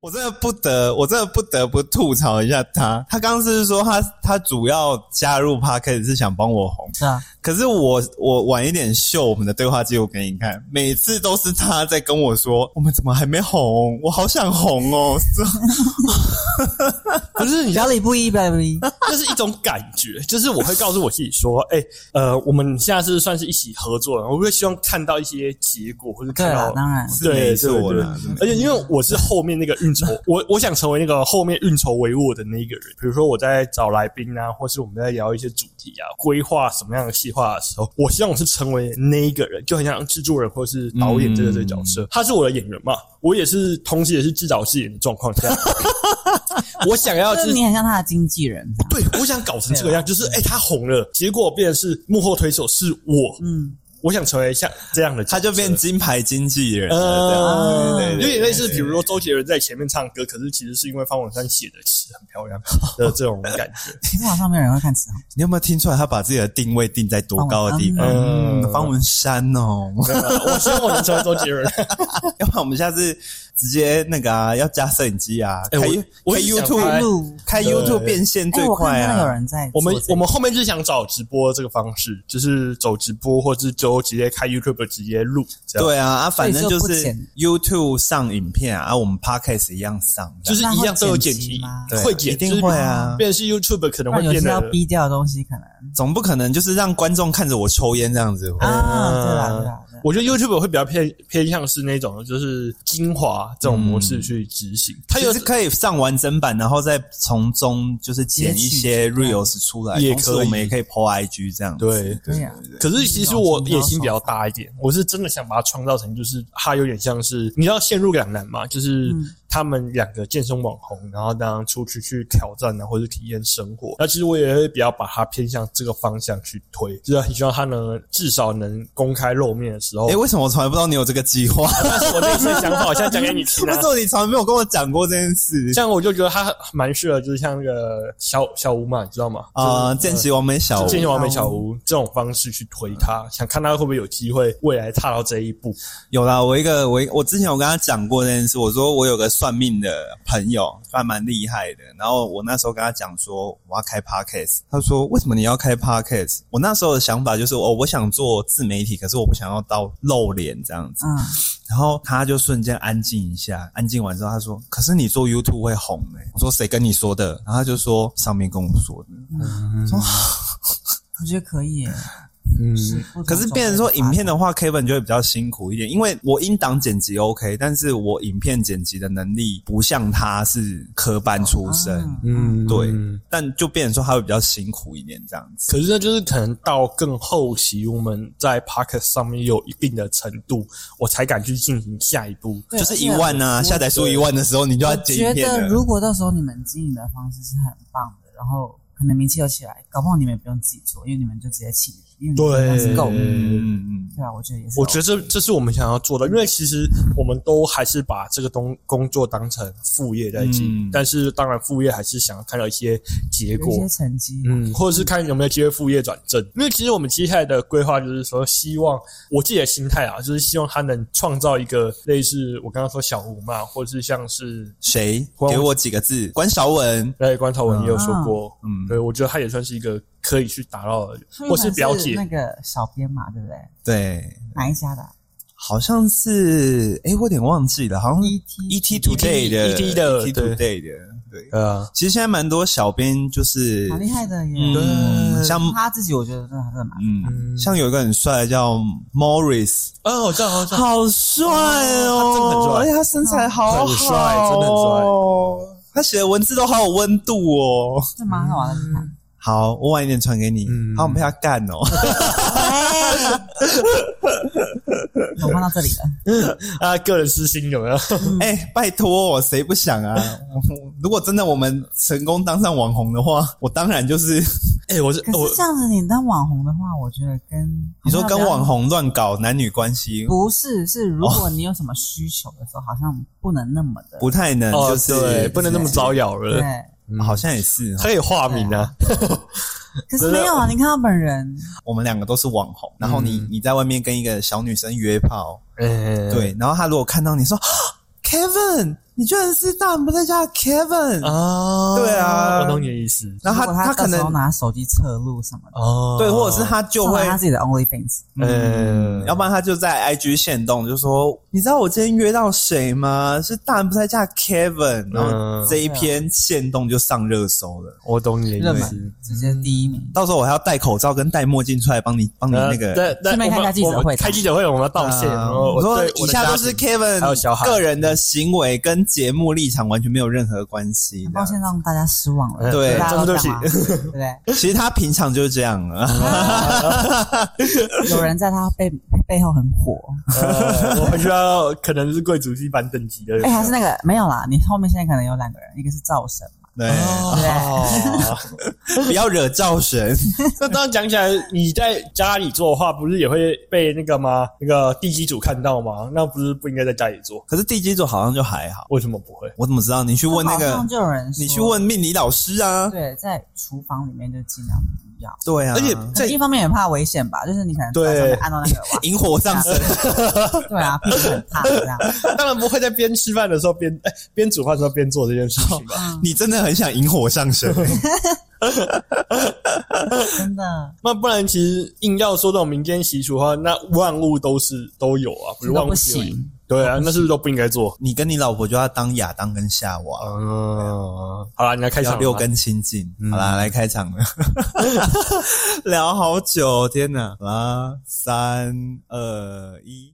我真的不得，我真的不得不吐槽一下他。他刚刚是说他他主要加入 p a r k 是想帮我红，是啊，可是我我晚一点秀我们的对话记录给你看，每次都是他在跟我说我们怎么还没红，我好想红哦，不是你表里不一，表里不一。 这是一种感觉，就是我会告诉我自己说，哎、呃，我们现在是算是一起合作了，我会希望看到一些结果，或者对看啊到，当然，是对，没对错对啦，嗯而且因为我是后面那个运筹，我我想成为那个后面运筹帷幄的那一个人。比如说我在找来宾啊，或是我们在聊一些主题啊，规划什么样的计划的时候，我希望我是成为那一个人，就很像制作人或是导演这个这个角色。嗯他是我的演员嘛，我也是，同时也是自导自演的状况下， 我想要就啊就是是你很像他的经纪人，对，我想搞成这啊个样，就是哎、他红了，结果变成是幕后推手是我，嗯，我想成为像这样的 角色，他就变金牌经纪人了，呃这样对对有对点类似，比如说周杰伦在前面唱歌，可是其实是因为方文山写的词很漂 亮的这种感觉。其实网上没有人会看词，你有没有听出来他把自己的定位定在多高的地方？嗯嗯，方文山哦，没有啦我希望我能成为周杰伦。 要不然我们下次直接那个啊，要加摄影机啊，哎开我我开也想好 YouTube 录。开对 YouTube 变现哎，最我快看到有啊！人在我做这们个，我们后面就是想找直播这个方式，就是走直播，或是就直接开 YouTube 直接录这样。对啊，啊，反正就所以是就不剪 YouTube 上影片啊，啊我们 Podcast 一样上，就这样是一样都有剪辑那，对啊会剪，一定会啊就是变成是 YouTube 可能不然会有变些要得逼掉的东西，可能总不可能就是让观众看着我抽烟这样子。啊，对啦对啦对啦，我觉得 YouTube 会比较偏偏向是那种就是精华这种模式去执行，它它有也是可以上完整版，然后再从中就是剪一些 reels 出来，嗯也同时可以我们也可以 po IG 这样子。对对啊呀，可嗯是其实我野心比较大一点，我是真的想把它创造成，就是它有点像是你知道陷入两难嘛，就是嗯他们两个健身网红，然后当然出去去挑战啊，或者体验生活。那其实我也会比较把它偏向这个方向去推，就是很希望他能至少能公开露面的时候。哎、为什么我从来不知道你有这个计划？ 但是我那次想法，我现在讲给你听为啊 什。么你从来没有跟我讲过这件事？这样我就觉得他蛮适合，就是像那个小小吴嘛，你知道吗？啊，见习完美小就呃屋进行完美小吴这种方式去推他，想看他会不会有机会未来踏到这一步。有啦，我一个我一我之前有跟他讲过这件事，我说我有个算命的朋友，算蛮厉害的。然后我那时候跟他讲说我要开 podcast，他说为什么你要开 podcast？我那时候的想法就是哦，我想做自媒体，可是我不想要到露脸这样子。嗯，然后他就瞬间安静一下，安静完之后他说：“可是你做 YouTube 会红诶、我说：“谁跟你说的？”然后他就说：“上面跟我说的。我觉得可以耶。嗯，不同可是变成说影片的话，Kevin 就会比较辛苦一点，因为我音档剪辑 OK，但是我影片剪辑的能力不像他是科班出身，嗯嗯，对，但就变成说他会比较辛苦一点这样子。可是那就是可能到更后期，我们在 Pocket 上面有一定的程度，我才敢去进行下一步。对就是一万啊，而且下载数一万的时候，你就要我剪影觉得片了。如果到时候你们经营的方式是很棒的，然后可能名气有起来，搞不好你们也不用自己做，因为你们就直接请人，因为你们量是够的。嗯嗯对啊，我觉得也是。我觉得这这是我们想要做的，因为其实我们都还是把这个东工作当成副业在经营，嗯但是当然副业还是想要看到一些结有一果些。成绩，啊嗯，或者是看有没有机会副业转正，因为其实我们接下来的规划就是说，希望我自己的心态啊，就是希望他能创造一个类似我刚刚说小吴嘛，或者是像是谁给我几个字？关小文，对，关头文也有说过，嗯嗯，对我觉得他也算是一个可以去打扰的人，他原或本是表姐那，个小编嘛，对不对？嗯对，哪一家的啊？好像是，诶，我有点忘记了，好像 ET ET Today 的 E ET 的 ET 对 Today 的，对。呃，其实现在蛮多小编就是蛮厉害的耶。嗯，像他自己我觉得真的还是蛮。嗯，像有一个很帅的叫 Morris，哦，我知道，我知道，好帅哦他真的很帅而且哎他身材好哦很帅真的很帅。他写的文字都好有温度哦。这蛮好玩的， 看。好，我晚一点传给你嗯。好，我们陪他干哦。我看到这里了，啊，个人私心 有没有？哎、拜托，谁不想啊？ 我如果真的我们成功当上网红的话，我当然就是哎，我是可我是这样子，你当网红的话，我觉得跟你说跟网红红乱搞男女关系，不是是，如果你有什么需求的时候，好像不能那么的不太能，哦就，是、对，不能那么招摇对了，。嗯好像也是哦。可以化名啊，可是没有啊，你看到本人，我们两个都是网红，然后你、嗯你在外面跟一个小女生约炮，嗯，对，然后她如果看到你说啊 Kevin，你居然是大人不在家的 Kevin，、啊对啊我懂你的意思。然后如果他他可到时候能拿手机测录什么的，哦，对，或者是他就上会传他自己的 OnlyFans，呃，要不然他就在 IG 线动，就说：“你知道我今天约到谁吗？是大人不在家的 Kevin。”然嗯后这一啊篇线动就上热搜了。我懂你热的意门思。直嗯接第一名。到时候我还要戴口罩跟戴墨镜出来帮你帮你那个。呃对对，顺便我们开下记者我们会开记者会我们要道歉。然啊后我说对以下我都的家是庭 Kevin 还有小孩个人的行为跟节目立场完全没有任何关系很。抱歉让大家失望了，哎对大家都这样啊真对不 对？其实他平常就是这样啊，有人在他背背后很火， 呃，我们需要可能是贵族级版等级的人哎、。还是那个没有啦，你后面现在可能有两个人，一个是赵神嘛，对， 哦， 不要惹赵神。那这样讲起来，你在家里做的话，不是也会被那个吗？那个地基组看到吗？那不是不应该在家里做？可是地基组好像就还好，为什么不会？我怎么知道？你去问那好个像，就有人说你去，问命理老师啊。对，在厨房里面就尽量不要。对啊，而且这一方面也怕危险吧，就是你可能对在上面按到那个哇，引火上身。 对啊，屁股很烫这样。 当然不会在边吃饭的时候边哎边煮饭的时候边做这件事情吧？嗯，你真的很想引火上 身、真的，那不然其实硬要说这种民间习俗的话，那万物都是都有啊，不是这都万物不皆有行。对啊，那是不是都不应该做？你跟你老婆就要当亚当跟夏哦娃，嗯，好啦，你来开场要吧六根清净。好嗯啦，来开 场了，聊好久，天哪！好啦，三二一。